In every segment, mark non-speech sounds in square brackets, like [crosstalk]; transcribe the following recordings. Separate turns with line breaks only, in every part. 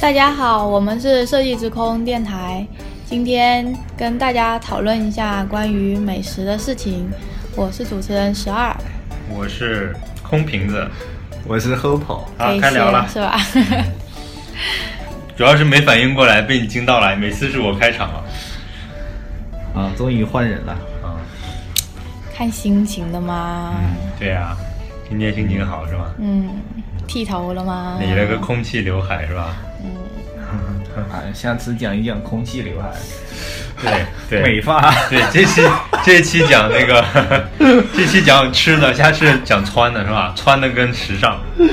大家好，我们是设计之空电台，今天跟大家讨论一下关于美食的事情。我是主持人十二，
啊我是空瓶子，
我是 Hopo，
可
好
以
开聊
歇
了，
是吧？ [laughs]
主要是没反应过来，被你惊到了。每次是我开场了，
啊，终于换人了。
啊，
看心情的吗？
对呀、今天心情好是吧？
嗯，剃头了吗？
理了个空气刘海是吧？嗯
啊，下次讲一讲空气刘海、
对对，
美
[laughs]
发。
对这期这期讲那个， [laughs] 这期讲吃的，下次讲穿的是吧？穿的跟时尚，嗯，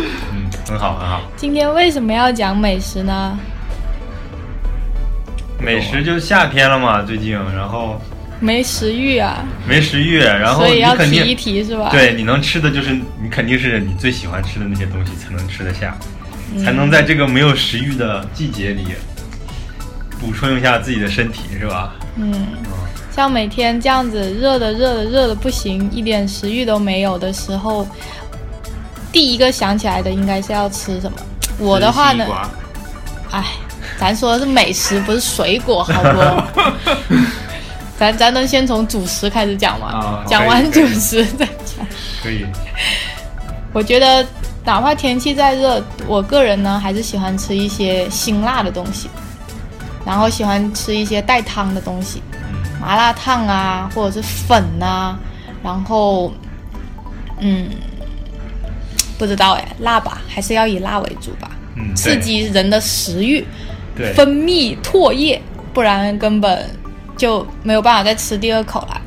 很好很好。
今天为什么要讲美食呢？
美食就夏天了嘛，最近，然后
没食欲啊，
没食欲，然后
所以
你
要
肯
提一
定
提是吧？，
对，你能吃的就是你肯定是你最喜欢吃的那些东西才能吃得下，
嗯
才能在这个没有食欲的季节里补充一下自己的身体，是吧？
嗯，像每天这样子热的热的热的不行，一点食欲都没有的时候，第一个想起来的应该是要吃什么。我的话呢
吃西，瓜
哎，咱说的是美食，不是水果，好不？咱咱能先从主食开始讲吗？
啊
讲
可以
完
可
主
以
食再讲。
可以，
我觉得哪怕天气再热，我个人呢还是喜欢吃一些辛辣的东西，然后喜欢吃一些带汤的东西，
嗯，
麻辣烫啊，或者是粉呐、然后，嗯，不知道哎，辣吧，还是要以辣为主吧，
嗯
刺
对
激人的食欲，
对，
分泌唾液，不然根本就没有办法再吃第二口了。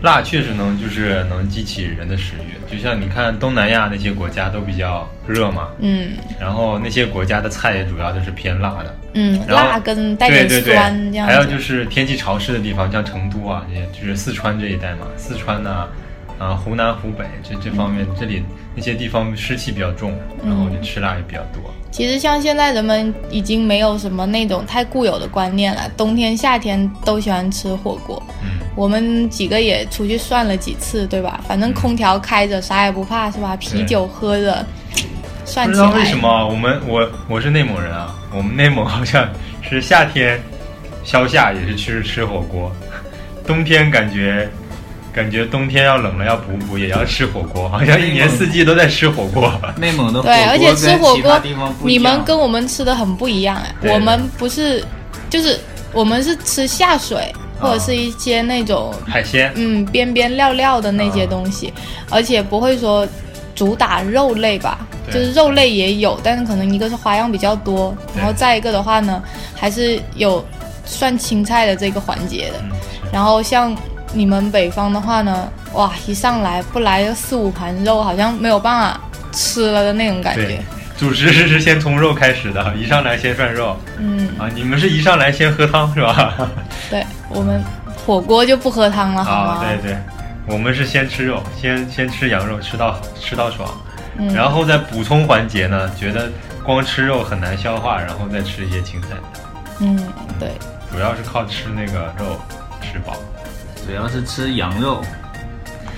辣确实能就是能激起人的食欲，就像你看东南亚那些国家都比较热嘛，
嗯
然后那些国家的菜也主要就是偏辣的，
嗯，
然后
辣跟带
对
点
对
酸
对，
这样子。
还有就是天气潮湿的地方，像成都啊，也就是四川这一带嘛，四川呐、啊，湖南、湖北这这方面，这里那些地方湿气比较重，
嗯
然后就吃辣也比较多。
其实像现在人们已经没有什么那种太固有的观念了，冬天、夏天都喜欢吃火锅。
嗯，
我们几个也出去涮了几次，对吧？反
嗯
正空调开着，啥也不怕，是吧？啤酒喝着，
不
涮
知
起
道
来。
为什么啊我们我我是内蒙人啊，我们内蒙好像是夏天消夏也是吃吃火锅， [laughs] 冬天感觉。感觉冬天要冷了，要补补，也要吃火锅，好像一年四季都在吃火锅。
内蒙的火锅
对，而且吃
跟
火
其他
锅
地方，不一
你
样
们跟我们吃的很不一样哎、
对
我们不是，就是我们是吃下水或者
啊
是一些那种
海鲜，
嗯边边料料的那
啊
些东西，而且不会说主打肉类吧，就
对
是肉类也有，但是可能一个是花样比较多，然后
对
再一个的话呢，还是有涮青菜的这个环节的。
嗯，是
然后像你们北方的话呢，哇，一上来不来个四五盘肉，好像没有办法吃了的那种感
对
觉。，
主食是先从肉开始的， [laughs] 一上来先涮肉
嗯，
啊！你们是一上来先喝汤是吧？
对我们火锅就不喝汤了，啊好吗？
[laughs] 啊，对对，我们是先吃肉，先先吃羊肉，吃到吃到爽，
嗯
然后在补充环节呢，觉得光吃肉很难消化，然后再吃一些青菜，
嗯，对，
主要是靠吃那个肉吃饱。
主要是吃羊肉，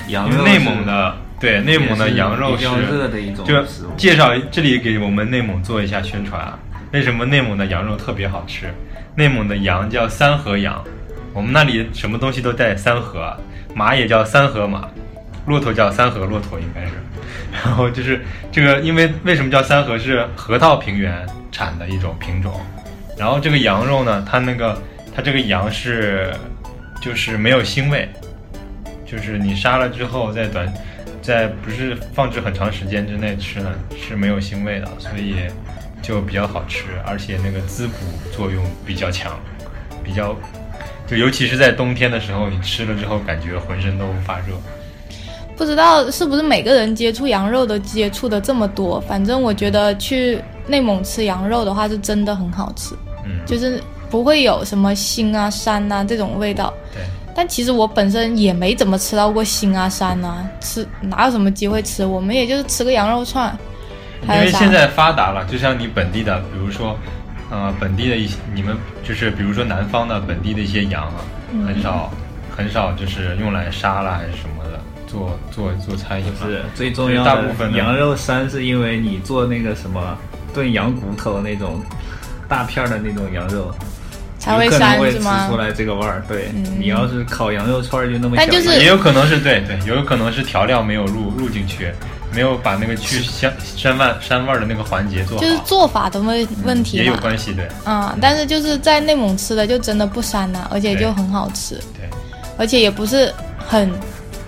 羊
因
肉
为内蒙的对内
是
蒙的羊肉
比
是
较热的一种
就
食物。
介绍这里给我们内蒙做一下宣传啊，为什么内蒙的羊肉特别好吃？内蒙的羊叫三河羊，我们那里什么东西都带三河啊，马也叫三河马，骆驼叫三河骆驼应该是， [laughs] 然后就是这个，因为为什么叫三河是河套平原产的一种品种，然后这个羊肉呢，它那个它这个羊是就是没有腥味，就是你杀了之后，在短在不是放置很长时间之内吃呢，是没有腥味的，所以就比较好吃，而且那个滋补作用比较强，比较就尤其是在冬天的时候，你吃了之后感觉浑身都发热。
不知道是不是每个人接触羊肉都接触的这么多，反正我觉得去内蒙吃羊肉的话是真的很好吃，
嗯，
就是不会有什么腥啊、膻啊这种味道。
对，
但其实我本身也没怎么吃到过腥啊、膻啊，吃哪有什么机会吃？我们也就是吃个羊肉串，
因
还
为
有啥
现在发达了，就像你本地的，比如说，呃，本地的一些你们就是比如说南方的本地的一些羊啊，
嗯
很少很少就是用来杀了还是什么的，做做做餐饮嘛。
是最重要
大部分
的
的
羊肉膻，是因为你做那个什么炖羊骨头那种，大片儿的那种羊肉，
才会
有可能
膻
会
是
吃
吗嗯
出？来这个味儿。对、你要是烤羊肉串儿就那么小
但
一
就
点，
是
也有可能是对对，有可能是调料没有入入进去，没有把那个去香膻味膻味儿的那个环节做好，
就是做法的问问
也
题
有
嘛。
关系，对
嗯，但是就是在内蒙吃的就真的不膻呐、而且
对
就很好吃，
对。
而且也不是很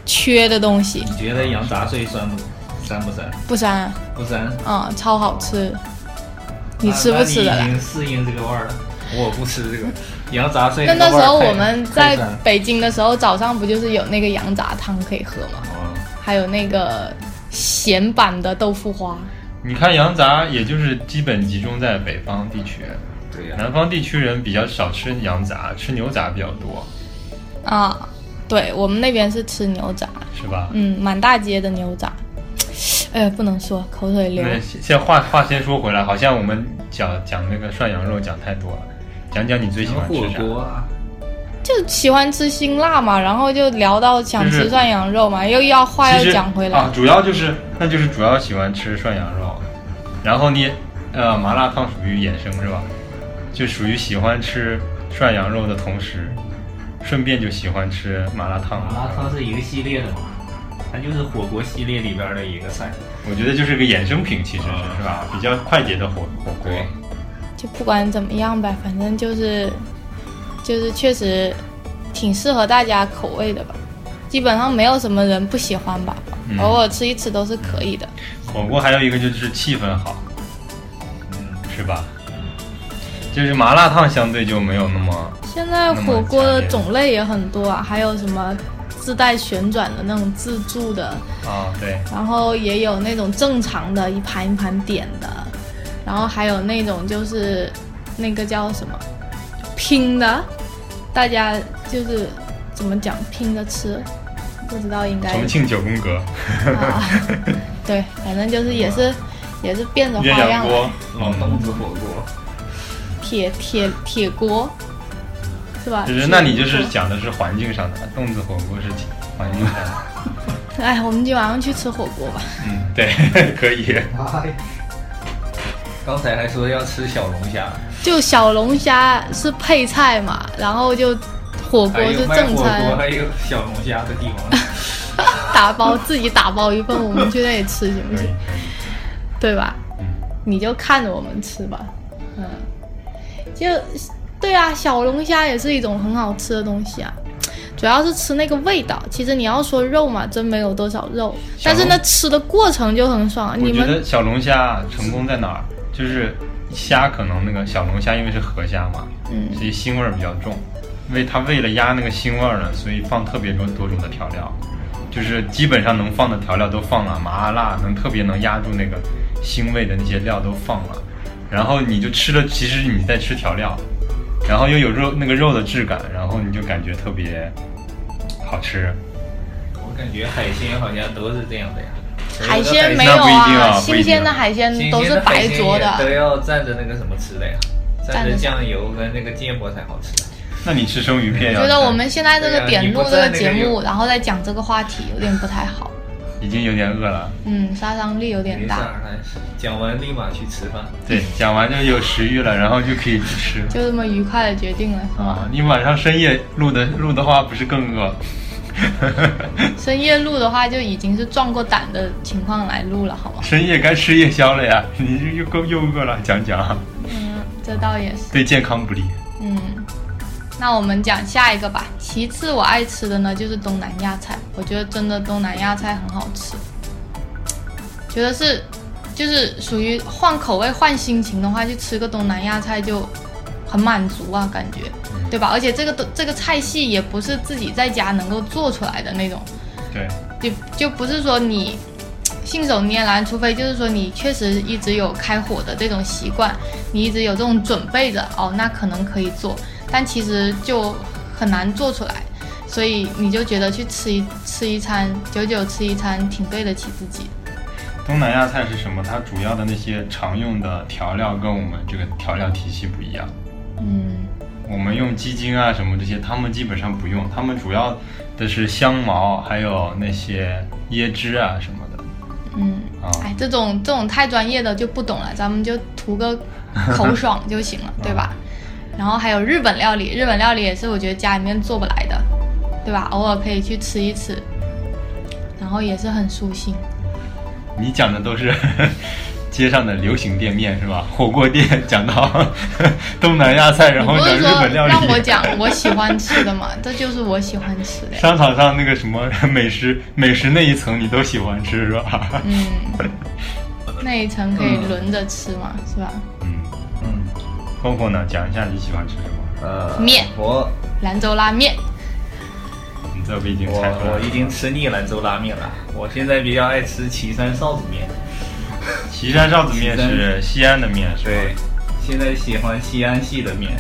缺的东西，
你觉得羊杂碎酸不膻不膻？
不膻啊、
不膻。
嗯，超好吃。你
啊
吃
那
不吃的
你已
啦？
经适应这个味儿了，我不吃这个羊杂碎
那
个味
那
儿太。
时候我们在
太膻了
北京的时候，早上不就是有那个羊杂汤可以喝吗？
哦
还有那个咸版的豆腐花，
你看羊杂，也就是基本集中在北方地区，
对呀、
南方地区人比较少吃羊杂，吃牛杂比较多，
啊，对我们那边是吃牛杂，
是吧？
嗯，满大街的牛杂。哎呀，不能说，口水流。
那先先话话先说回来，好像我们讲讲那个涮羊肉讲太多了，讲讲你最喜欢
火
吃啥？
锅啊，
就喜欢吃辛辣嘛，然后就聊到想
就是
吃涮羊肉嘛，又要话
其
又
实
讲回来，
啊，主要就是那就是主要喜欢吃涮羊肉，然后你呃麻辣烫属于衍生是吧？就属于喜欢吃涮羊肉的同时，顺便就喜欢吃麻辣烫。
麻辣烫是一个系列的嘛，它就是火锅系列里边的一个菜。
我觉得就是个衍生品，其实是是吧？比较快捷的火火锅。
对
就不管怎么样吧，反正就是就是确实挺适合大家口味的吧，基本上没有什么人不喜欢吧，
嗯
偶尔吃一吃都是可以的。
火锅还有一个就是气氛好，
嗯，
是吧？就是麻辣烫相对就没有那么
现在火锅的种类也很多啊，还有什么自带旋转的那种自助的，
啊，对，
然后也有那种正常的一盘一盘点的，然后还有那种就是那个叫什么拼的，大家就是怎么讲拼着吃，不知道应该
重庆九宫格、
啊，对，反正就是也
[laughs]
是也是变着花
鸳鸯
样来
锅、
老东子火锅，
铁铁铁锅是吧？
啊就是那你就
铁
是
锅
讲的是环境上的，粽子火锅是环境上 [laughs] 的。
哎，我们今晚上去吃火锅吧。 [laughs]
嗯，对， [laughs] 可以。
[laughs] 哎刚才还说要吃小龙虾，
就小龙虾是配菜嘛，然后就火锅
还哎有
是
卖火
正
锅，
餐，
还有小龙虾的
[laughs]
地方。
打包自己打包一份，我们去那里吃行不
可以
行？对吧？
嗯，
你就看着我们吃吧，嗯，就对啊，小龙虾也是一种很好吃的东西啊。主要是吃那个味道，其实你要说肉嘛，真没有多少肉，
小
但
龙
是那吃的过程就很爽。
我
你
觉
们
得小龙虾成功在哪儿？就是虾可能那个小龙虾因为是河虾嘛，
嗯
所以腥味儿比较重。为它为了压那个腥味儿呢，所以放特别多多种的调料，就是基本上能放的调料都放了，麻辣能特别能压住那个腥味的那些料都放了，然后你就吃了，其实你在吃调料，然后又有肉那个肉的质感，然后你就感觉特别好吃。
我感觉海鲜好像都是这样的呀。
海鲜没
那
有
不一定啊不一定
新鲜的海鲜嗯
新
都
鲜
是
的海
白
鲜
灼
也都
的，
要蘸着那个什么吃的呀，蘸
蘸着
着酱油跟那个芥末才好吃。啊
那你吃生鱼片要
觉得我们现在这
对
个
啊
点
你不
录这个
蘸那个
节目，
油
然后再讲这个话题，有点不太好。
已经有点饿了。
嗯，杀伤力有点
没事
大，
儿，来讲完立马去吃饭。
对，讲完就有食欲了，然后就可以去吃
就这么愉快的决定了，是
啊
吗？！
你晚上深夜录的录的话，不是更饿？ [laughs]
深夜录的话，就已经是壮过胆的情况来录了，好吗？
深夜该吃夜宵了呀，你又够又饿了，讲讲，
嗯，这倒也是。
对健康不利。
嗯，那我们讲下一个吧。其次，我爱吃的呢就是东南亚菜，我觉得真的东南亚菜很好吃，觉得是就是属于换口味、换心情的话，去吃个东南亚菜就很满足啊，感觉，对吧？而且这个都这个菜系也不是自己在家能够做出来的那种，
对，
就就不是说你信手拈来，除非就是说你确实一直有开火的这种习惯，你一直有这种准备着哦，那可能可以做，但其实就很难做出来，所以你就觉得去吃一吃一餐，久久吃一餐，挺对得起自己。
东南亚菜是什么？它主要的那些常用的调料跟我们这个调料体系不一样。
嗯，
我们用鸡精啊什么这些，他们基本上不用，他们主要的是香茅，还有那些椰汁啊什么的。
嗯，
啊
哎，这种这种太专业的就不懂了，咱们就图个口爽就行
[laughs] 啊
了，对吧？然后还有日本料理，日本料理也是我觉得家里面做不来的，对吧？偶尔可以去吃一吃，然后也是很舒心。
你讲的都是 [laughs] 街上的流行店面是吧？火锅店讲到 [laughs] 东南亚菜，
你
然后
不
讲
是
日
说
本料理，
让我讲我喜欢吃的嘛？ [laughs] 这就是我喜欢吃的呀。
[laughs] 商场上那个什么 [laughs] 美食美食那一层你都喜欢吃是吧？
嗯，那一层可以轮着吃嘛，是吧？
[laughs] 嗯，
嗯，
峰峰呢？讲一下你喜欢吃什么？
呃，
面
我
兰州拉面，
你这不已经
我
猜出来
我已
了？
经吃腻兰州拉面了，我现在比较爱吃岐山臊子面。
岐山臊子面是西安的面是吧？
对，现在喜欢西安系的面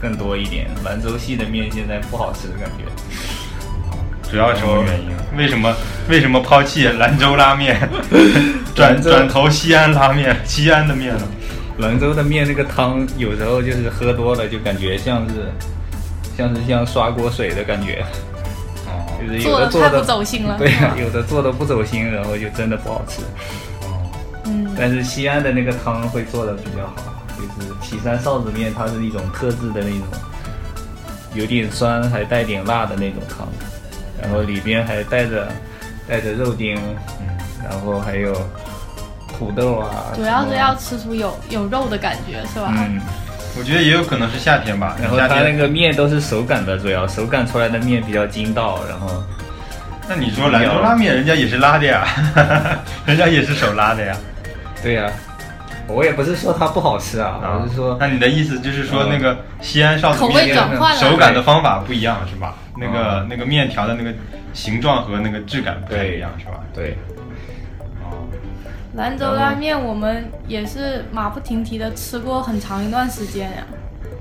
更多一点，兰州系的面现在不好吃，感觉。
主要什么原因？
哦
为什么为什么抛弃兰州拉面， [laughs] 转
兰州
转投西安拉面？西安的面呢？
兰州的面那个汤，有时候就是喝多了就感觉像是，像是像刷锅水的感觉，
哦
就是有
做
的
的
做
太
的
不走心了。
对
是吧
呀、有的做的不走心，然后就真的不好吃。
哦，
嗯，
但是西安的那个汤会做的比较好，就是岐山臊子面，它是一种特制的那种，有点酸还带点辣的那种汤，然后里边还带着带着肉丁，
嗯，
然后还有土豆啊，
主要
什么
是要啊吃出有有肉的感觉，是吧？
嗯，
我觉得也有可能是夏天吧。
然后
夏
它那
天，
个面都是手擀的，主要手擀出来的面比较筋道，然后
那你说兰州拉面，人家也是拉的呀， [laughs] 人家也是手拉的呀。
对呀、我也不是说它不好吃啊，
啊
我是说
那你的意思就是说
嗯
那个西安臊子
口味
面
转换
手
了，
擀的方法不一样是吧？那个
嗯
那个面条的那个形状和那个质感不太一样是吧？
对，
哦，
兰州拉面我们也是马不停蹄的吃过很长一段时间呀、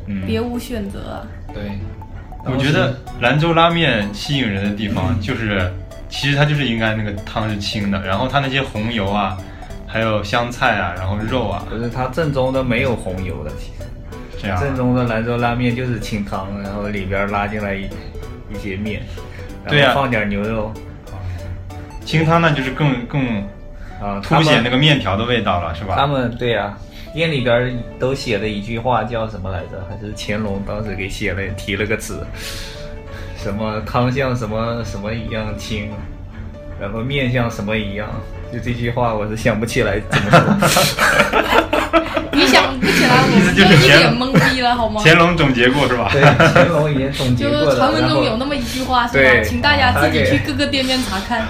嗯，
别无选择
[laughs]
啊。
对，
我觉得兰州拉面吸引人的地
嗯
方就是，其实它就是应该那个汤是清的，然后它那些红油啊，还有香菜啊，然后肉啊，
不是它正宗的没有红油的，其实
这样
正宗的兰州拉面就是清汤，然后里边拉进来一一些面，
对啊呀
然后放点牛肉
清汤那就是更更
啊，
凸显那
个
个面条的味道了，是吧？
他们对呀、店里边都写了一句话叫什么来着？还是乾隆当时给写了提了个词，什么汤像什么什么一样清，然后面像什么一样，就这句话我是想不起来怎么说。
你想不起来，我
意思
们
就
就是一
乾
脸懵逼了，
[laughs]
好吗？
乾隆总结过是吧？
[laughs] 对，乾隆也总结
就
过了。
是传闻
然
中
后
有那么一句话，是吧？
对
请大家自己
他
去
给
各个店面查看。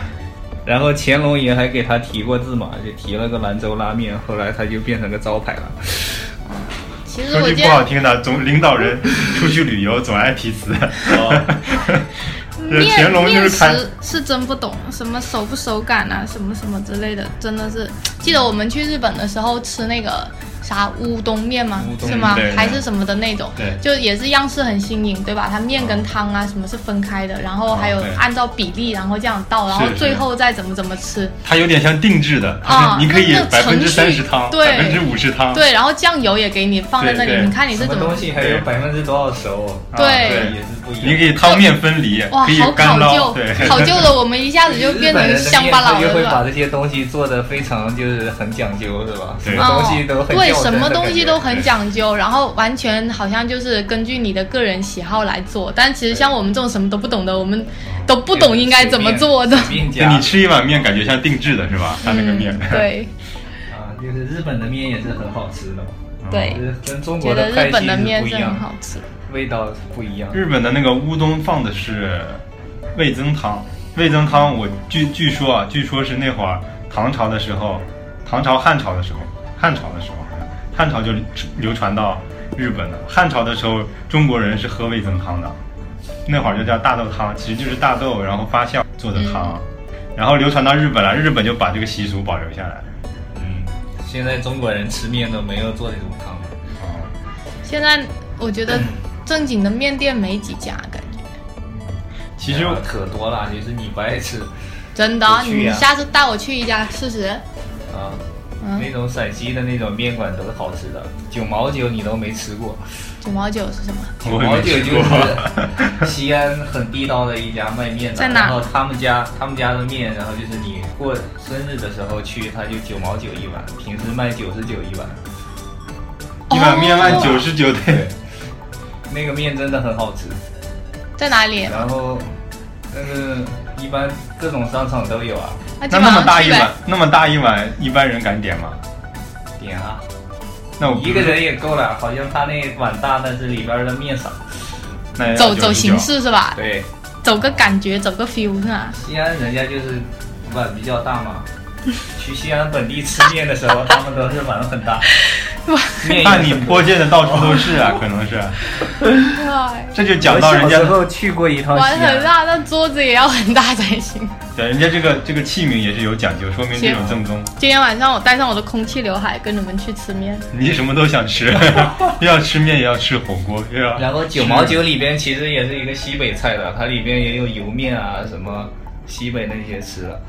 然后乾隆爷还给他提过字嘛，就提了个兰州拉面，后来他就变成个招牌了。
其实
说
我
句
见
不好听的，总领导人出去旅游总爱提词。哦
[laughs]
这乾
面
隆就
面
是开
食是真不懂，什么手不手感啊，什么什么之类的，真的是。记得我们去日本的时候吃那个啥乌冬面吗
乌？冬
是吗
对？
还是什么的那种？
对嗯
就也是样式很新颖，对吧？它面跟汤啊什么是分开的，然后还有
哦对
按照比例，然后这样倒，然后
是是
最后再怎么怎么吃。
它有点像定制的，
啊
它是你可以
那那
百分
程
之
序
三十汤，
对
百分之五十汤，
对，然后酱油也给你放在那
嗯对
里，
对
你看你是
什
怎
么
么
东。西还有
对
百分之多少熟？
对
啊也是不一样。
你可以汤面分离，
哇，
可以
好
干
考
捞，
究 [laughs]
对，，
考究的我们一下子就变成乡巴佬了，
日本人的面
是
子就会
吧
把？这些东西做的非常就是很讲究，是吧？
对
什么东西都很较
哦对，
真
什
的
么
感
东西
觉
都很讲究，然后完全好像就是根据你的个人喜好来做。但其实像我们这种什么都不懂的，我们都不懂应该怎么做的。
随
[laughs]
便
就
夹
你吃一碗面，感觉像定制的是吧？它那个面，
嗯、对，
啊，就是日本的面也是很好吃的嘛，
对
就是跟哦中
觉
国
得
的
日
派
本
系
的
是
面
不一
是很好
样，
吃。
味道是不一样。
日本的那个乌冬放的是味增汤，味增汤我据据说啊，据说是那会儿唐朝的时候，唐朝汉朝的时候，汉朝的时候好像，汉朝就流传到日本了。汉朝的时候，中国人是喝味增汤的，那会儿就叫大豆汤，其实就是大豆然后发酵做的汤，然后流传到日本了，日本就把这个习俗保留下来。
嗯，现在中国人吃面都没有做这种汤了。
哦，
现在我觉
嗯
得正经的面店没几家，感觉
其实
哎呀可多了，就是你不爱吃
真的、啊
我去
你
呀
下次带我去一家试试。
啊，
嗯，
那种陕西的那种面馆都是好吃的，九毛九你都没吃过，
九毛九是什么？
我
九
也
毛
没
九
吃
就
过。
是西安很地道的一家卖面的，
在哪
然后他们家他们家的面，然后就是你过
[laughs]
生日的时候去，他就九毛九一碗，平时卖九十九一碗。
一碗面卖
哦
九十九
对
得，
那个面真的很好
[laughs]
吃。
在哪里？
然后，但是一般各种商场都有啊，
那基
那
本
那么
上
大
去
一
呗
碗，那么大一碗，一般人敢点吗？
点啊，
那我
一个人也够了。好像他那碗大，但是里边的面少。
那
走走形，式是吧？
对，
走个感觉，走个 feel 是吧？
西安人家就是碗比较大
[laughs]
嘛。去西安本地吃面的时候，他们都是碗很大，面也
那
很
你
多
泼溅的到处都是啊，可能
[laughs]
是，
哎
这就讲到人家
我小时候去过一趟西
碗很
啊
安，
大，但桌子也要很大才行。 [laughs]
对人家这个这个器皿也是有讲究，说明这种
行
正宗。
今天晚上我带上我的空气刘海，跟你们去吃面。
你什么都想吃， [laughs] 又要吃面，又要吃火锅，又要
然后九毛九里边其实也是一个西北菜的，它里边也有油面啊什么。西北那些吃的，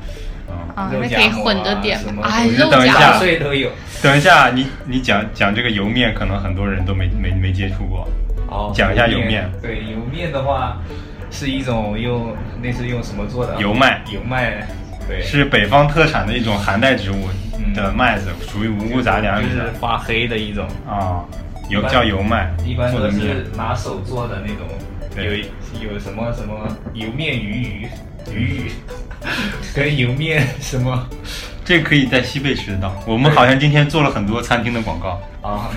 啊
啊，
肉
那
夹
可以
馍啊
混着点
什
吧
么。
哎，
我觉得
肉
等一
夹
下
馍
杂碎都有。
等一下，你你讲讲这个油面，可能很多人都没没没接触过。
哦
讲一下油面
对，油面的话是一种用那是用什么做的？
油麦
油麦，对，
是北方特产的一种寒带植物
嗯
的麦子，属于五谷杂粮
就
里
是
的
发黑的一种，
啊，油
一般
叫油麦
一般
做
都
的面
是拿手做的那种。有
对
有什么什么油面鱼鱼鱼 [laughs] 鱼，跟油面什么
这可以在西贝吃得到。我们好像今天做了很多餐厅的广告。
啊？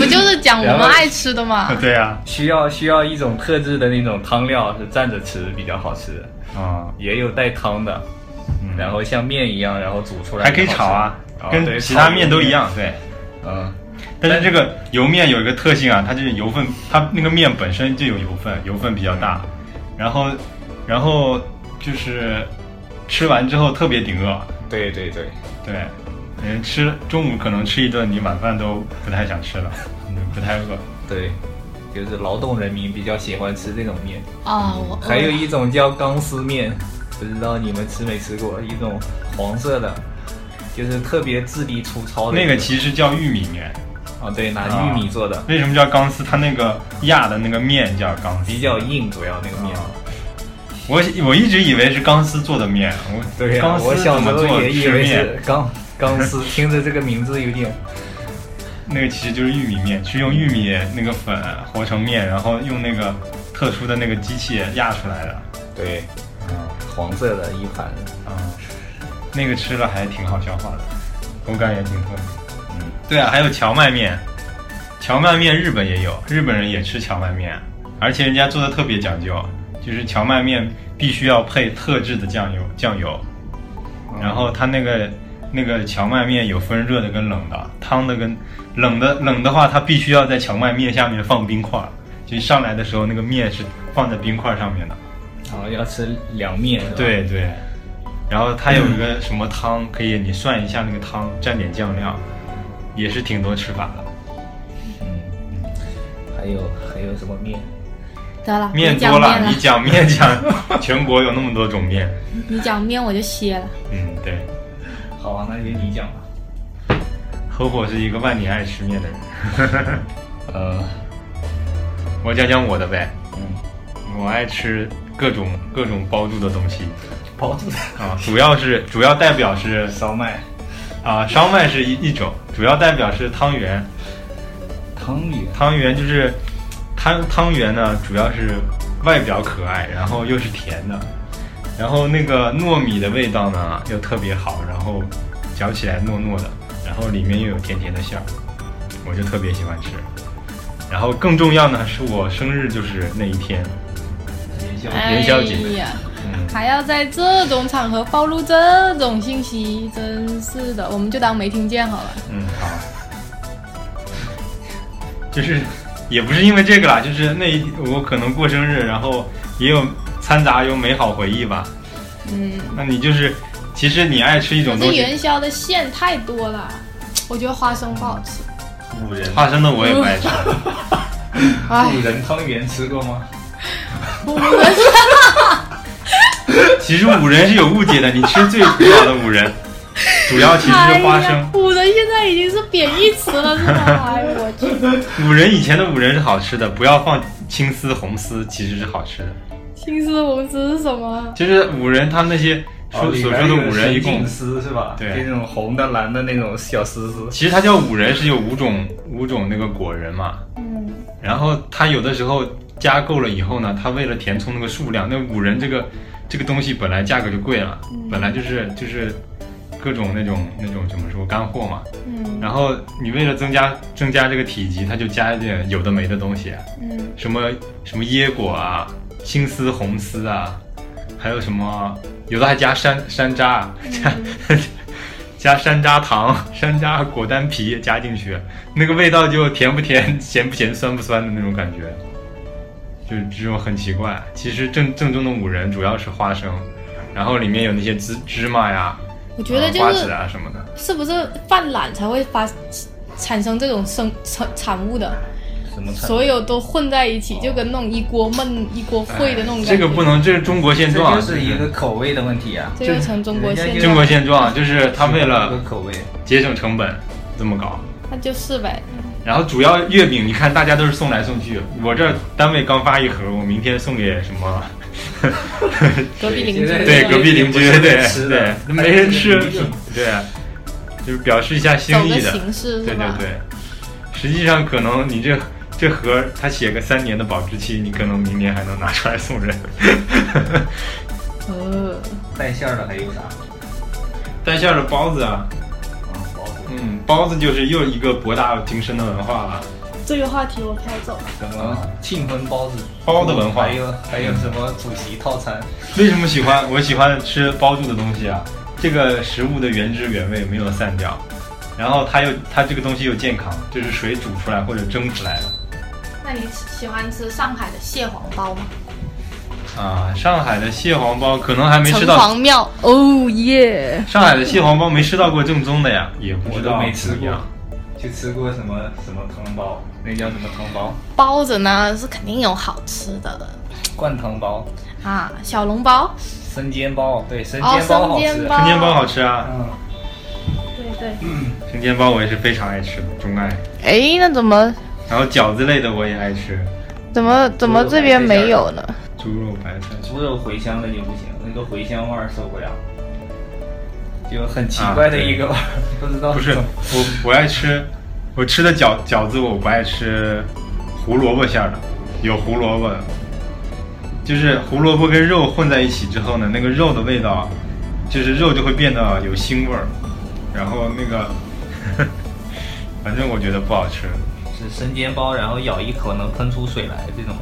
不就是讲我
然后
们爱吃的嘛？
[laughs] 对啊呀，
[laughs] 需要需要一种特制的那种汤料，是蘸着吃比较好吃的，
啊，
也有带汤的，
嗯
然后像面一样，然后煮出来
还可以
比较
炒
好吃
啊，跟
对
其他
炒
面都
油
一样。对，
嗯，
但是这个油面有一个特性啊，它就是油分，它那个面本身就有油分，油分比较大，然后，然后就是吃完之后特别顶饿，
对对对，
对，人吃中午可能吃一顿，你晚饭都不太想吃了， [laughs] 嗯不太饿。
对，就是劳动人民比较喜欢吃这种面。
啊，我饿了
还有一种叫钢丝面，不知道你们吃没吃过？一种黄色的，就是特别质地粗糙的一。
那个其实啊叫玉米面，
啊，对，拿玉米做的，
为什么叫钢丝？它那个压的那个面叫钢丝
比。较硬，主要那个面。
啊我我一直以为是钢丝做的面，我
对呀、
钢丝
我小
怎
时
么
候
做
也以
吃
为
面
是？钢钢丝，听着这个名字有点
那个其实就是玉米面，是用玉米那个粉和成面，然后用那个特殊的那个机器压出来的。
对，嗯黄色的一盘。
嗯，那个吃了还挺好消化的，口感也挺特别。
嗯，
对啊，还有荞麦面，荞麦面日本也有，日本人也吃荞麦面，而且人家做的特别讲究，就是荞麦面必须要配特制的酱油，酱油，然后它那个那个荞麦面有分热的跟冷的，汤的跟冷的冷的话，它必须要在荞麦面下面放冰块儿，就上来的时候那个面是放在冰块上面的。
然后啊要吃凉面，是吧，
对对，然后它有一个什么汤，可以你涮一下那个汤，蘸点酱料，也是挺多吃法的。
嗯，还有还有什么面？
得了，
面
你讲
多
面
了，你讲面讲，全国有那么多种面。
你讲面我就歇了。
嗯，对，
好啊，那就你讲吧。
合伙是一个万年爱吃面的人。
呃，
我讲讲我的呗，
嗯，
我爱吃各种各种包住的东西
[laughs] 包子、
啊，主要是主要代表是
烧麦、
啊烧麦是一一种，主要代表是汤圆，
汤圆、
汤圆就是汤汤圆呢，主要是外表可爱，然后又是甜的，然后那个糯米的味道呢又特别好，然后嚼起来糯糯的，然后里面又有甜甜的馅儿，我就特别喜欢吃。然后更重要呢，是我生日就是那一天，
元宵
哎元宵节
呀，
嗯，
还要在这种场合暴露这种信息，真是的，我们就当没听见好了。
嗯，好，就是也不是因为这个啦，就是那一我可能过生日，然后也有掺杂有美好回忆吧。
嗯，
那你就是，其实你爱吃一种
可
东
是
西，
元宵的馅太多了，我觉得花生不好
[laughs]
吃。
五人
花生的我也不爱吃，
嗯哎
五，仁汤圆吃过吗？
我们
[laughs] 其实五仁是有误解的，你吃最古老的
[laughs]
五仁，主要其实是花
哎
生
呀。五仁现在已经是贬义词了，是吧？哎呦我去，
五仁以前的五仁是好吃的，不要放青丝、红丝，其实是好吃的。
青丝红丝是什么？
就是五仁它那些说
哦里
所
边
说的
有
五人一
深
共
井丝是吧？
对
就那种红的、蓝的那种小丝丝。
其实它叫五仁是有五种五种那个果仁嘛，
嗯，
然后它有的时候加购了以后呢，它为了填充那个数量，那五仁这个这个东西本来价格就贵了，本来就是就是各种那种那种怎么说干货嘛，
嗯
然后你为了增加增加这个体积，它就加一点有的没的东西，啊
嗯
什么什么椰果啊、青丝、红丝啊，还有什么有的还加山山楂，啊加、加山楂糖、 [laughs] 山楂果丹皮加进去，那个味道就甜不甜、 [laughs] 咸不咸、酸不酸的那种感觉，就是这种很奇怪。其实正正宗的五仁主要是花生，然后里面有那些芝芝麻呀、
我觉得
呃
就
瓜
是
子啊什么的。
是不是犯懒才会发产生这种生产产物的，
什么菜
所有都混在一起，就跟那种一锅焖一锅烩的那种感觉。
哎这个不，能，这是中国现状，
这就是一个口味的问题啊。
这就成中国
人
现
家
中国
状，
现状，就是他为
一
了
个口味，
节省成本这么搞。
那就是呗。
然后主要月饼，你看大家都是送来送去，我这儿单位刚发一盒，我明天送给什么？
隔壁邻居
现在
对，
是吧
隔壁邻居，
不是
对
吃的
对，没人吃
还是礼，
对，就是表示一下心
走
意
个
的，
形式
对
是
对
吧？
对。实际上，可能你这这盒它写个三年的保质期，你可能明年还能拿出来送人。
呃，
带馅儿的还有啥？
带馅儿的包子啊，
啊，包子。
嗯，包子就是又一个博大精深的文化了。
这个话题我飘走了。
什么
啊
庆丰包子、
包的文化
还有还有什么主席套餐？
为什么喜欢？我喜欢吃包住的东西啊，这个食物的原汁原味没有散掉，然后它又它这个东西又健康，就是水煮出来或者蒸出来的
那你喜欢吃上海的蟹黄包吗？
啊。上海的蟹黄包可能还没吃
城
到，
隍庙，哦耶！
上海的蟹黄包没吃到过正宗的呀，也不
我
知
都
道
没吃
怎么
过
样。，
就吃过什么什么汤包，那叫什么汤包？
包子呢是肯定有好吃的
灌汤包、
啊，小笼包，
生煎包，对，生
哦
煎包好
生煎
吃。
包
生煎包好吃啊，
嗯，
对对，
生煎包我也是非常爱吃的，钟爱。
哎，那怎么
然后饺子类的我也爱吃，
怎么怎么这边没有呢？
猪肉白菜。
猪肉茴香的就不行，那个茴香味儿受不了，就很奇怪的一个味儿， [laughs] 不知道
啊不是
怎么
我，我爱吃，我吃的饺饺子我不爱吃胡萝卜馅儿的，有胡萝卜，就是胡萝卜跟肉混在一起之后呢，那个肉的味道，就是肉就会变得有腥味儿，然后那个， [laughs] 反正我觉得不好吃。
是生煎包，然后咬一口能喷出水来这种，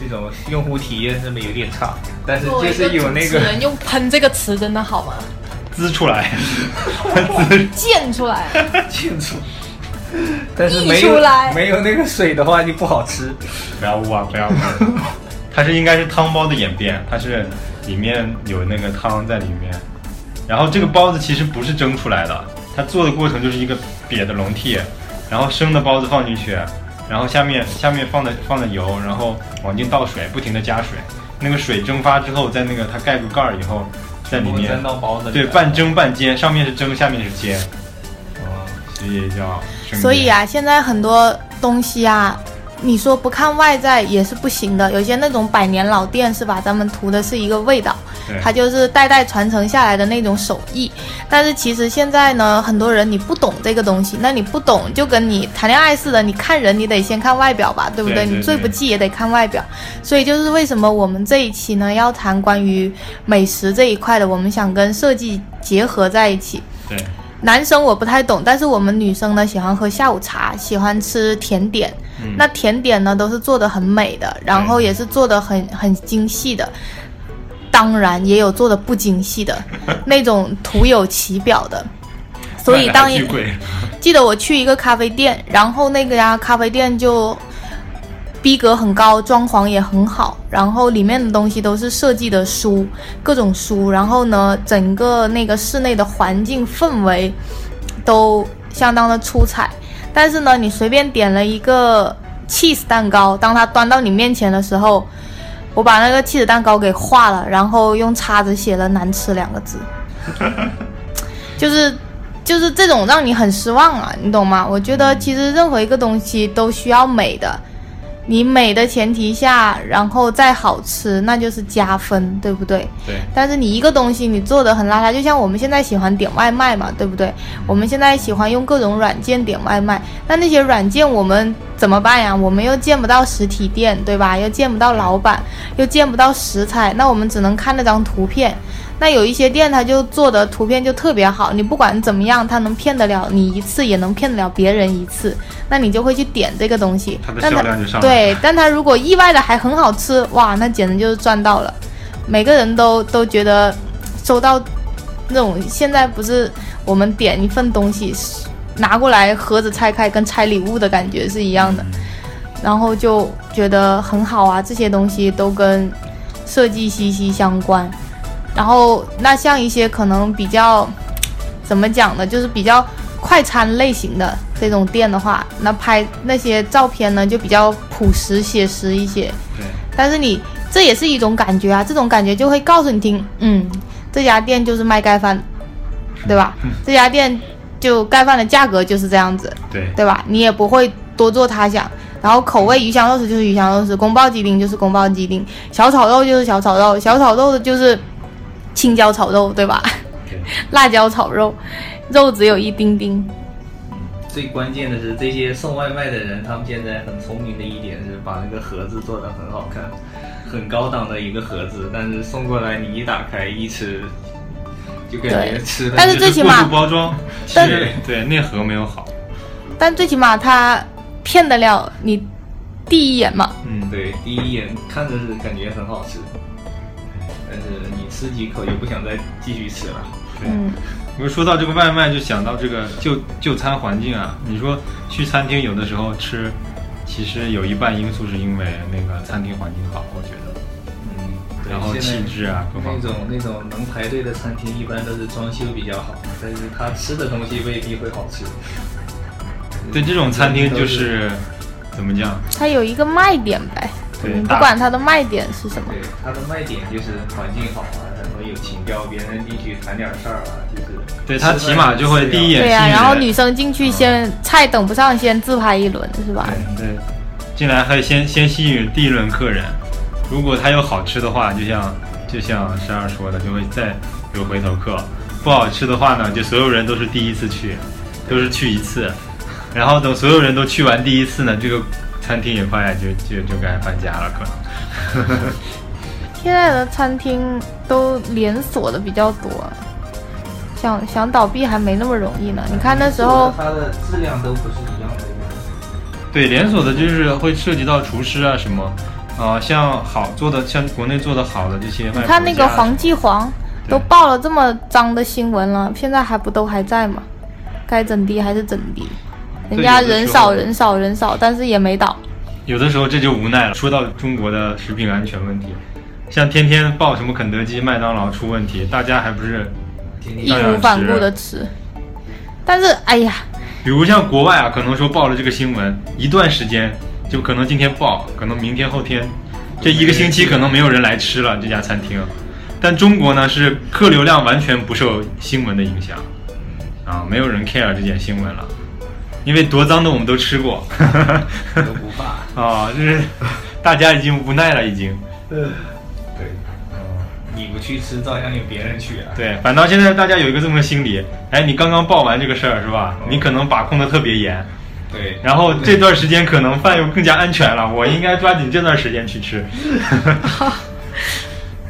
这种用户体验真的有点差，但是就是有那
只
个 [laughs]
能用“喷”这个词，真的好吗？
滋出来， [laughs] 滋
溅出来，啊
庆
[laughs]
祝，但是没
溢出
有
来
没有那个水的话就不好吃。
不要污啊，不要污啊！它是应该是汤包的演变，它是里面有那个汤在里面，然后这个包子其实不是蒸出来的，它做的过程就是一个瘪的笼屉，然后生的包子放进去，然后下面下面放的放的油，然后往进倒水，不停的加水，那个水蒸发之后，在那个它盖过盖儿以后，在里
哦
全部
面
粘到包子里
对
来
半蒸半煎，上面是蒸，下面是煎，哦所以叫生
所以
煎
啊，现在很多东西啊，你说不看外在也是不行的。有些那种百年老店是吧？咱们图的是一个味道，
对
它就是代代传承下来的那种手艺。但是其实现在呢，很多人你不懂这个东西，那你不懂就跟你谈恋爱似的，你看人你得先看外表吧，对不对？
对对
你最不
对
济也得看外表。所以就是为什么我们这一期呢要谈关于美食这一块的，我们想跟设计结合在一起。
对。
男生我不太懂，但是我们女生呢喜欢喝下午茶，喜欢吃甜点。
嗯
那甜点呢都是做的很美的，然后也是做的很很精细的。当然也有做的不精细的，那种徒有其表的。所以当
巨贵，
记得我去一个咖啡店，然后那个呀咖啡店就逼格很高，装潢也很好，然后里面的东西都是设计的书，各种书，然后呢，整个那个室内的环境氛围都相当的出彩。但是呢，你随便点了一个 cheese 蛋糕，当它端到你面前的时候，我把那个 cheese 蛋糕给化了，然后用叉子写了“难吃”两个字。就是就是这种让你很失望啊，你懂吗？我觉得其实任何一个东西都需要美的，你美的前提下，然后再好吃，那就是加分，对不对？
对，
但是你一个东西你做的很邋遢，就像我们现在喜欢点外卖嘛，对不对？我们现在喜欢用各种软件点外卖，那那些软件我们怎么办呀？我们又见不到实体店，对吧？又见不到老板，又见不到食材，那我们只能看那张图片。那有一些店它就做的图片就特别好，你不管怎么样，它能骗得了你一次，也能骗得了别人一次，那你就会去点这个东西。
它的
但
销量就上来了
对，但它如果意外的还很好吃，哇，那简直就是赚到了。每个人都都觉得收到那种现在不是我们点一份东西拿过来盒子拆开，跟拆礼物的感觉是一样的，然后就觉得很好啊，这些东西都跟设计息息相关。然后那像一些可能比较怎么讲呢，就是比较快餐类型的这种店的话，那拍那些照片呢就比较朴实写实一些。
对，
但是你这也是一种感觉啊，这种感觉就会告诉你听，嗯，这家店就是卖盖饭，对吧？这家店就盖饭的价格就是这样子，
对，
对吧？你也不会多做他想。然后口味鱼香肉丝就是鱼香肉丝，宫爆鸡丁就是宫爆鸡丁，小炒肉就是小炒肉，小炒肉就是青椒炒肉，对吧？
对，
辣椒炒肉，肉只有一丁丁。
最关键的是，这些送外卖的人，他们现在很聪明的一点是把那个盒子做得很好看，很高档的一个盒子，但是送过来你一打开一吃，就感觉
对
吃的
但是
就
最起
过
码
度包装，
但
其实对内核没有好，
但最起码它骗得了你第一眼嘛，
嗯，
对，第一眼看着是感觉很好吃，但是你吃几口就不想再继续吃了。
对。
嗯，
我们说到这个外卖，就想到这个就就餐环境啊。你说去餐厅有的时候吃，其实有一半因素是因为那个餐厅环境好，我觉得，
嗯，对
然后
现在
气质啊各方面。
那种那种能排队的餐厅，一般都是装修比较好，但是他吃的东西未必会好吃。
对这种餐厅就是怎么讲？
它有一个卖点呗，
对
你不
大
管它的卖点是什么。
对，它的卖点就是环境好啊，然后有情调，别人进去谈点事儿啊，就是
对他起码就会第一
眼。
眼
对
吸
呀、
引
然后
人
女生进去先菜等不上，先自拍一轮是吧？
对对，进来还有先先吸引第一轮客人，如果它有好吃的话，就像就像十二说的，就会再有回头客；不好吃的话呢，就所有人都是第一次去，都是去一次，然后等所有人都去完第一次呢，这个餐厅也快就就就该搬家了，可能。 [laughs]
现在的餐厅都连锁的比较多，想想倒闭还没那么容易呢。你看那时候，
它的质量都不是一样的。
对，连锁的就是会涉及到厨师啊什么，啊、像好做的，像国内做的好的这些，
你看那个黄记煌
对
都报了这么脏的新闻了，现在还不都还在吗？该怎地还是怎地，人
对
家
有的
人
时
少
候
人少人少，但是也没倒。
有的时候这就无奈了。说到中国的食品安全问题，像天天报什么肯德基、麦当劳出问题，大家还不是，
义无反顾的吃。但是，哎呀，
比如像国外啊，可能说报了这个新闻，一段时间就可能今天报，可能明天后天，这一个星期可能没有人来吃了这家餐厅。但中国呢是客流量完全不受新闻的影响，啊，没有人 care 这件新闻了，啊因为多脏的我们都吃过，
都不
[laughs]
怕。
啊，就是大家已经无奈了，已经。
对，嗯你不去吃，照样有别人去啊。
对，反倒现在大家有一个这么个心理，哎，你刚刚报完这个事儿是吧？你可能把控的特别严，
对，
然后这段时间可能饭又更加安全了，我应该抓紧这段时间去吃。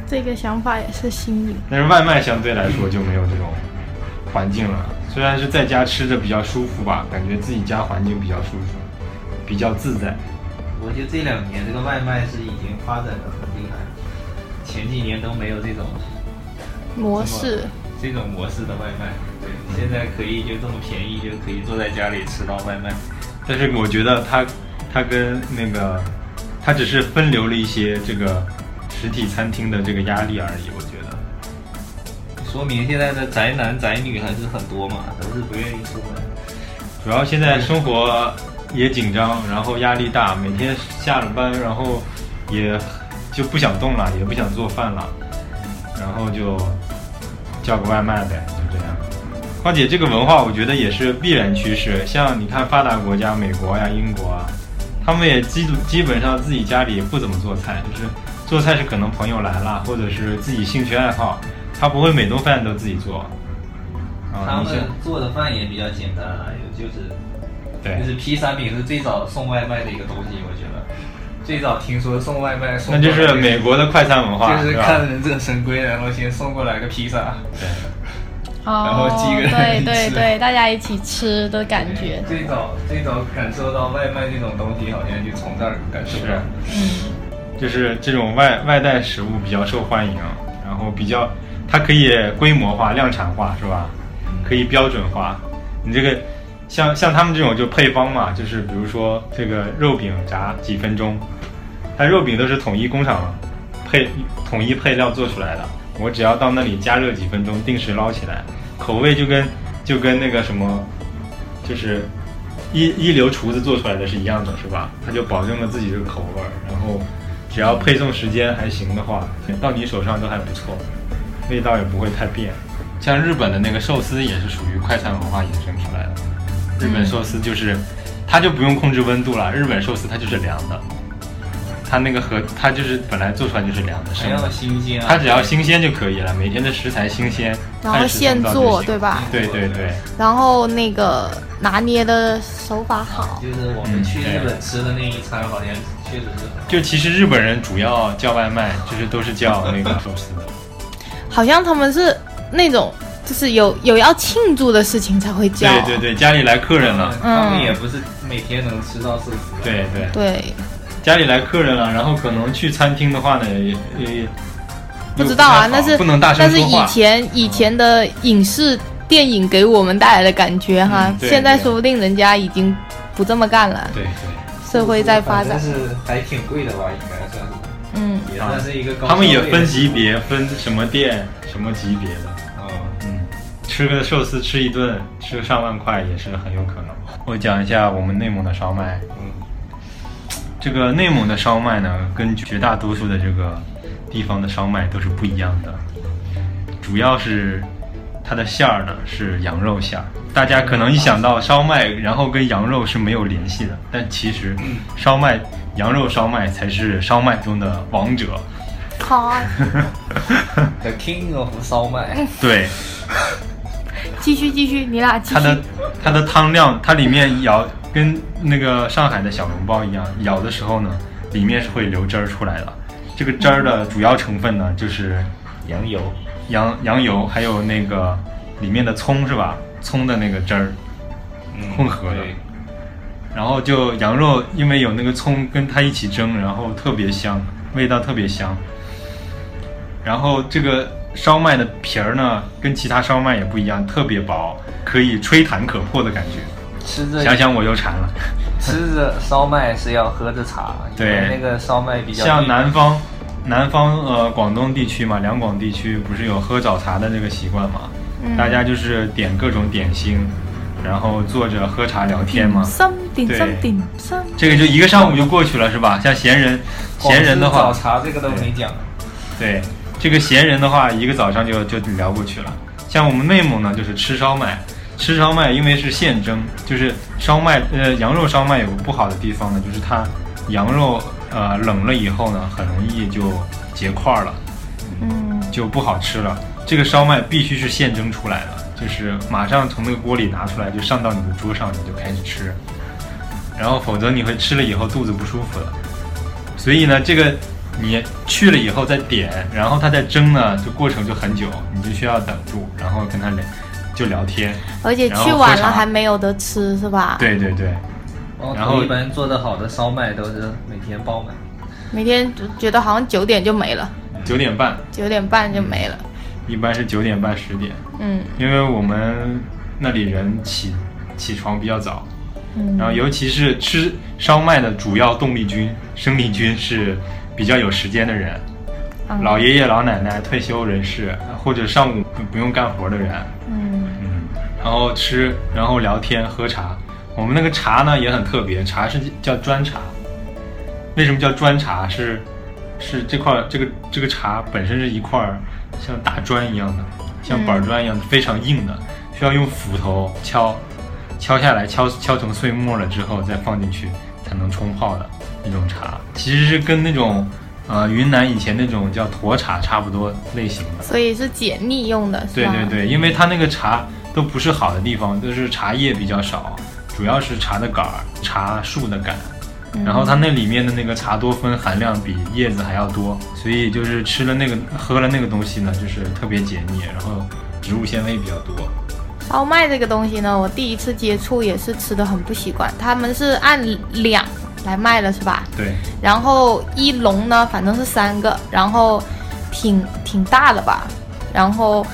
这个想法也是新颖。
但是外卖相对来说就没有这种环境了，虽然是在家吃着比较舒服吧，感觉自己家环境比较舒服，比较自在。
我觉得这两年这个外卖是已经发展的很厉害，前几年都没有这种
模式
这种模式的外卖。对，现在可以就这么便宜，就可以坐在家里吃到外卖。
但是我觉得它，它跟那个，它只是分流了一些这个实体餐厅的这个压力而已，我觉得。
说明现在的宅男宅女还是很多嘛，都是不愿意出门。
主要现在生活也紧张，然后压力大，每天下了班，然后也就不想动了，也不想做饭了，然后就叫个外卖呗，就这样。况且这个文化，我觉得也是必然趋势。像你看发达国家，美国呀、英国啊，他们也基基本上自己家里也不怎么做菜，就是做菜是可能朋友来了，或者是自己兴趣爱好，他不会每顿饭都自己做。
他
啊，你
们
是
做的饭也比较简单啊，也就是
对
就，是披萨饼是最早送外卖的一个东西，我觉得最早听说送外卖送
那就
过来
是美国的快餐文化，
就是
对吧
看忍者神龟，然后先送过来个披萨，
对，
然后几个人
哦对
一起
对
吃
对，大家一起吃的感觉，
最早最早感受到外卖这种东西，好像就从这儿感受到。
是
嗯，
就是这种外外带食物比较受欢迎，然后比较它可以规模化、量产化，是吧？可以标准化。你这个像像他们这种就配方嘛，就是比如说这个肉饼炸几分钟，它肉饼都是统一工厂配统一配料做出来的，我只要到那里加热几分钟，定时捞起来，口味就跟就跟那个什么，就是一一流厨子做出来的是一样的，是吧？他就保证了自己这个口味儿，然后只要配送时间还行的话，到你手上都还不错，味道也不会太变。像日本的那个寿司也是属于快餐文化衍生出来的，日
嗯
本寿司就是它就不用控制温度了，日本寿司它就是凉的，它那个和它就是本来做出来就是凉的，
还
生
要
的。
新鲜啊！
它只要新鲜就可以了，每天的食材新鲜，
然后
按时送
现
到就
做
行
对吧？
对对对，
然后那个拿捏的手法好，
就是我
嗯
们去日本吃的那一餐，好像确实是
就其实日本人主要叫外卖，就是都是叫那个寿司的。
好像他们是那种就是有有要庆祝的事情才会叫，
对对对，家里来客人了，
他们也不是每天能吃到寿司。，
嗯对对，
对
家里来客人了，然后可能去餐厅的话呢，也也也
不知道啊
又不太
那
好
是
不能大声
但是
说
以
话。
前以前的影视电影给我们带来的感觉哈，
嗯对
现在
对
说不定人家已经不这么干了，
对对，
社会在发展
但，是还挺贵的吧，应该算是，
嗯，
也算是一个高消费。
他们也分级别，分什么店、什么级别的。
嗯，
嗯，吃个寿司吃一顿，吃上万块也是很有可能。我讲一下我们内蒙的烧麦，
嗯，
这个内蒙的烧麦呢，跟绝大多数的这个地方的烧麦都是不一样的，主要是它的馅儿呢是羊肉馅儿。大家可能一想到烧麦，然后跟羊肉是没有联系的，但其实烧麦羊肉烧麦才是烧麦中的王者。
好，
The King of 烧麦，
[laughs] 对，
继续继续，你俩继
它的
续，
它的汤料，它里面舀跟那个上海的小笼包一样，舀的时候呢，里面是会流汁儿出来的。这个汁儿的主要成分呢，就是
羊油，
羊羊油，还有那个里面的葱是吧？葱的那个汁儿，
嗯
混合的
对
然后就羊肉，因为有那个葱跟它一起蒸，然后特别香，味道特别香。然后这个烧麦的皮儿呢，跟其他烧麦也不一样，特别薄，可以吹弹可破的感觉。
吃着
想想我又馋了。
吃着烧麦是要喝着茶，因
对
为那个烧麦比较
像
硬
南方，南方呃广东地区嘛，两广地区不是有喝早茶的这个习惯嘛？大家就是点各种点心，然后坐着喝茶聊天嘛。
嗯
something
对
something something。
这个就一个上午就过去了，是吧？像闲人，闲人的
光
话
是，早茶这个都没讲，
对，这个闲人的话，一个早上就就聊过去了。像我们内蒙呢，就是吃烧麦，吃烧麦因为是现蒸，就是烧麦呃羊肉烧麦有个不好的地方呢，就是它羊肉呃冷了以后呢，很容易就结块儿了，嗯，就不好吃了。这个烧麦必须是现蒸出来的，就是马上从那个锅里拿出来，就上到你的桌上，你就开始吃，然后否则你会吃了以后肚子不舒服的。所以呢，这个你去了以后再点，然后它再蒸呢，就过程就很久，你就需要等住，然后跟他聊，就聊天。
而且去晚了还没有得吃是吧？，
对对对，然后
一般做的好的烧麦都是每天爆满，
每天就觉得好像九点就没了，
九点半，
九点半就没了。
一般是九点半十点，
嗯，
因为我们那里人起起床比较早，然后尤其是吃烧麦的主要动力军、生力军是比较有时间的人，老爷爷、老奶奶、退休人士或者上午不不用干活的人，
嗯，
嗯，然后吃，然后聊天喝茶。我们那个茶呢也很特别，茶是叫砖茶。为什么叫砖茶？是是这块这个这个茶本身是一块像大砖一样的，像板砖一样的，非常硬的，需要用斧头敲，敲下来敲敲成碎末了之后再放进去，才能冲泡的一种茶，其实是跟那种呃云南以前那种叫沱茶差不多类型的。
所以是解腻用的，是
对
吧？
对对，因为它那个茶都不是好的地方，就是茶叶比较少，主要是茶的杆儿、茶树的杆，
嗯
然后它那里面的那个茶多酚含量比叶子还要多，所以就是吃了那个喝了那个东西呢，就是特别解腻，然后植物纤维比较多。
烧麦这个东西呢，我第一次接触也是吃的很不习惯，他们是按两来卖的，是吧？
对，
然后一笼呢，反正是三个，然后挺挺大的吧，然后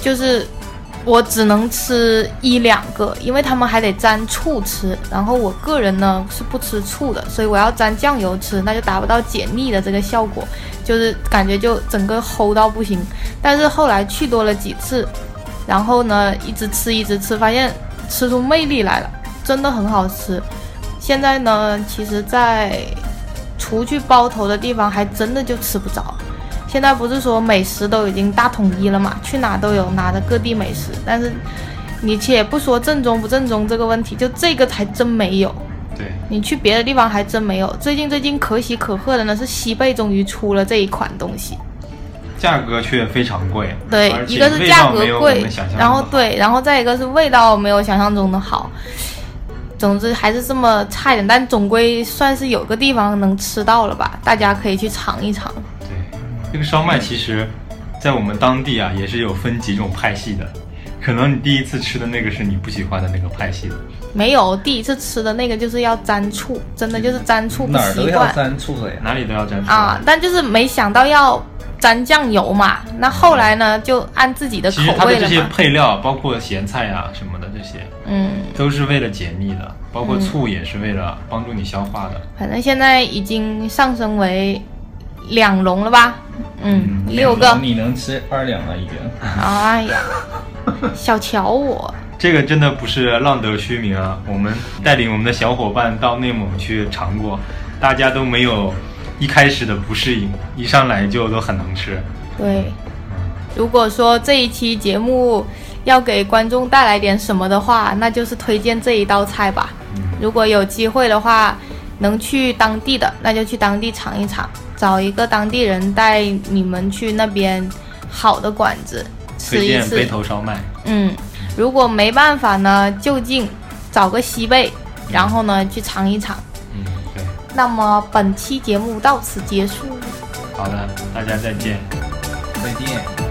就是我只能吃一两个，因为他们还得沾醋吃，然后我个人呢是不吃醋的，所以我要沾酱油吃，那就达不到解腻的这个效果，就是感觉就整个齁到不行。但是后来去多了几次，然后呢一直吃一直吃，发现吃出魅力来了，真的很好吃。现在呢，其实，在除去包头的地方，还真的就吃不着。现在不是说美食都已经大统一了嘛，去哪都有拿着各地美食，但是你且不说正宗不正宗这个问题，就这个还真没有。
对，
你去别的地方还真没有。最近最近可喜可贺的呢，是西贝终于出了这一款东西。
价格却非常贵。
对
而，且
一个是
味
价
道没
格
有我
贵
们想象，中
然后
的好
对，然后再一个是味道没有想象中的好。总之还是这么差一点，但总归算是有个地方能吃到了吧，大家可以去尝一尝。
对，这个烧麦其实，在我们当地啊，也是有分几种派系的。可能你第一次吃的那个是你不喜欢的那个派系的，
没有，第一次吃的那个就是要沾醋，真的就是沾醋不
哪儿都
习
要
惯
沾醋的呀。
哪里都要沾醋
啊，但就是没想到要沾酱油嘛。那后来呢，就按自己的口
其实它的
味
这
了
些
嘛。
配料，包括咸菜啊什么的，这些
嗯，
都是为了解腻的，包括醋也是为了帮助你消化的。
反正现在已经上升为两笼了吧？嗯，
嗯
六个。
你能吃二两了已
[laughs]
经。
哎呀，小瞧我，
这个真的不是浪得虚名啊！我们带领我们的小伙伴到内蒙去尝过，大家都没有一开始的不适应，一上来就都很能吃。
对。如果说这一期节目要给观众带来点什么的话，那就是推荐这一道菜吧。
嗯
如果有机会的话，能去当地的，那就去当地尝一尝，找一个当地人带你们去那边好的馆子吃
推
一
荐
次
背。头烧麦，
嗯，如果没办法呢，就近找个西贝，然后呢去尝一尝。
嗯，对。
那么本期节目到此结束。
好的，大家再见。
再见。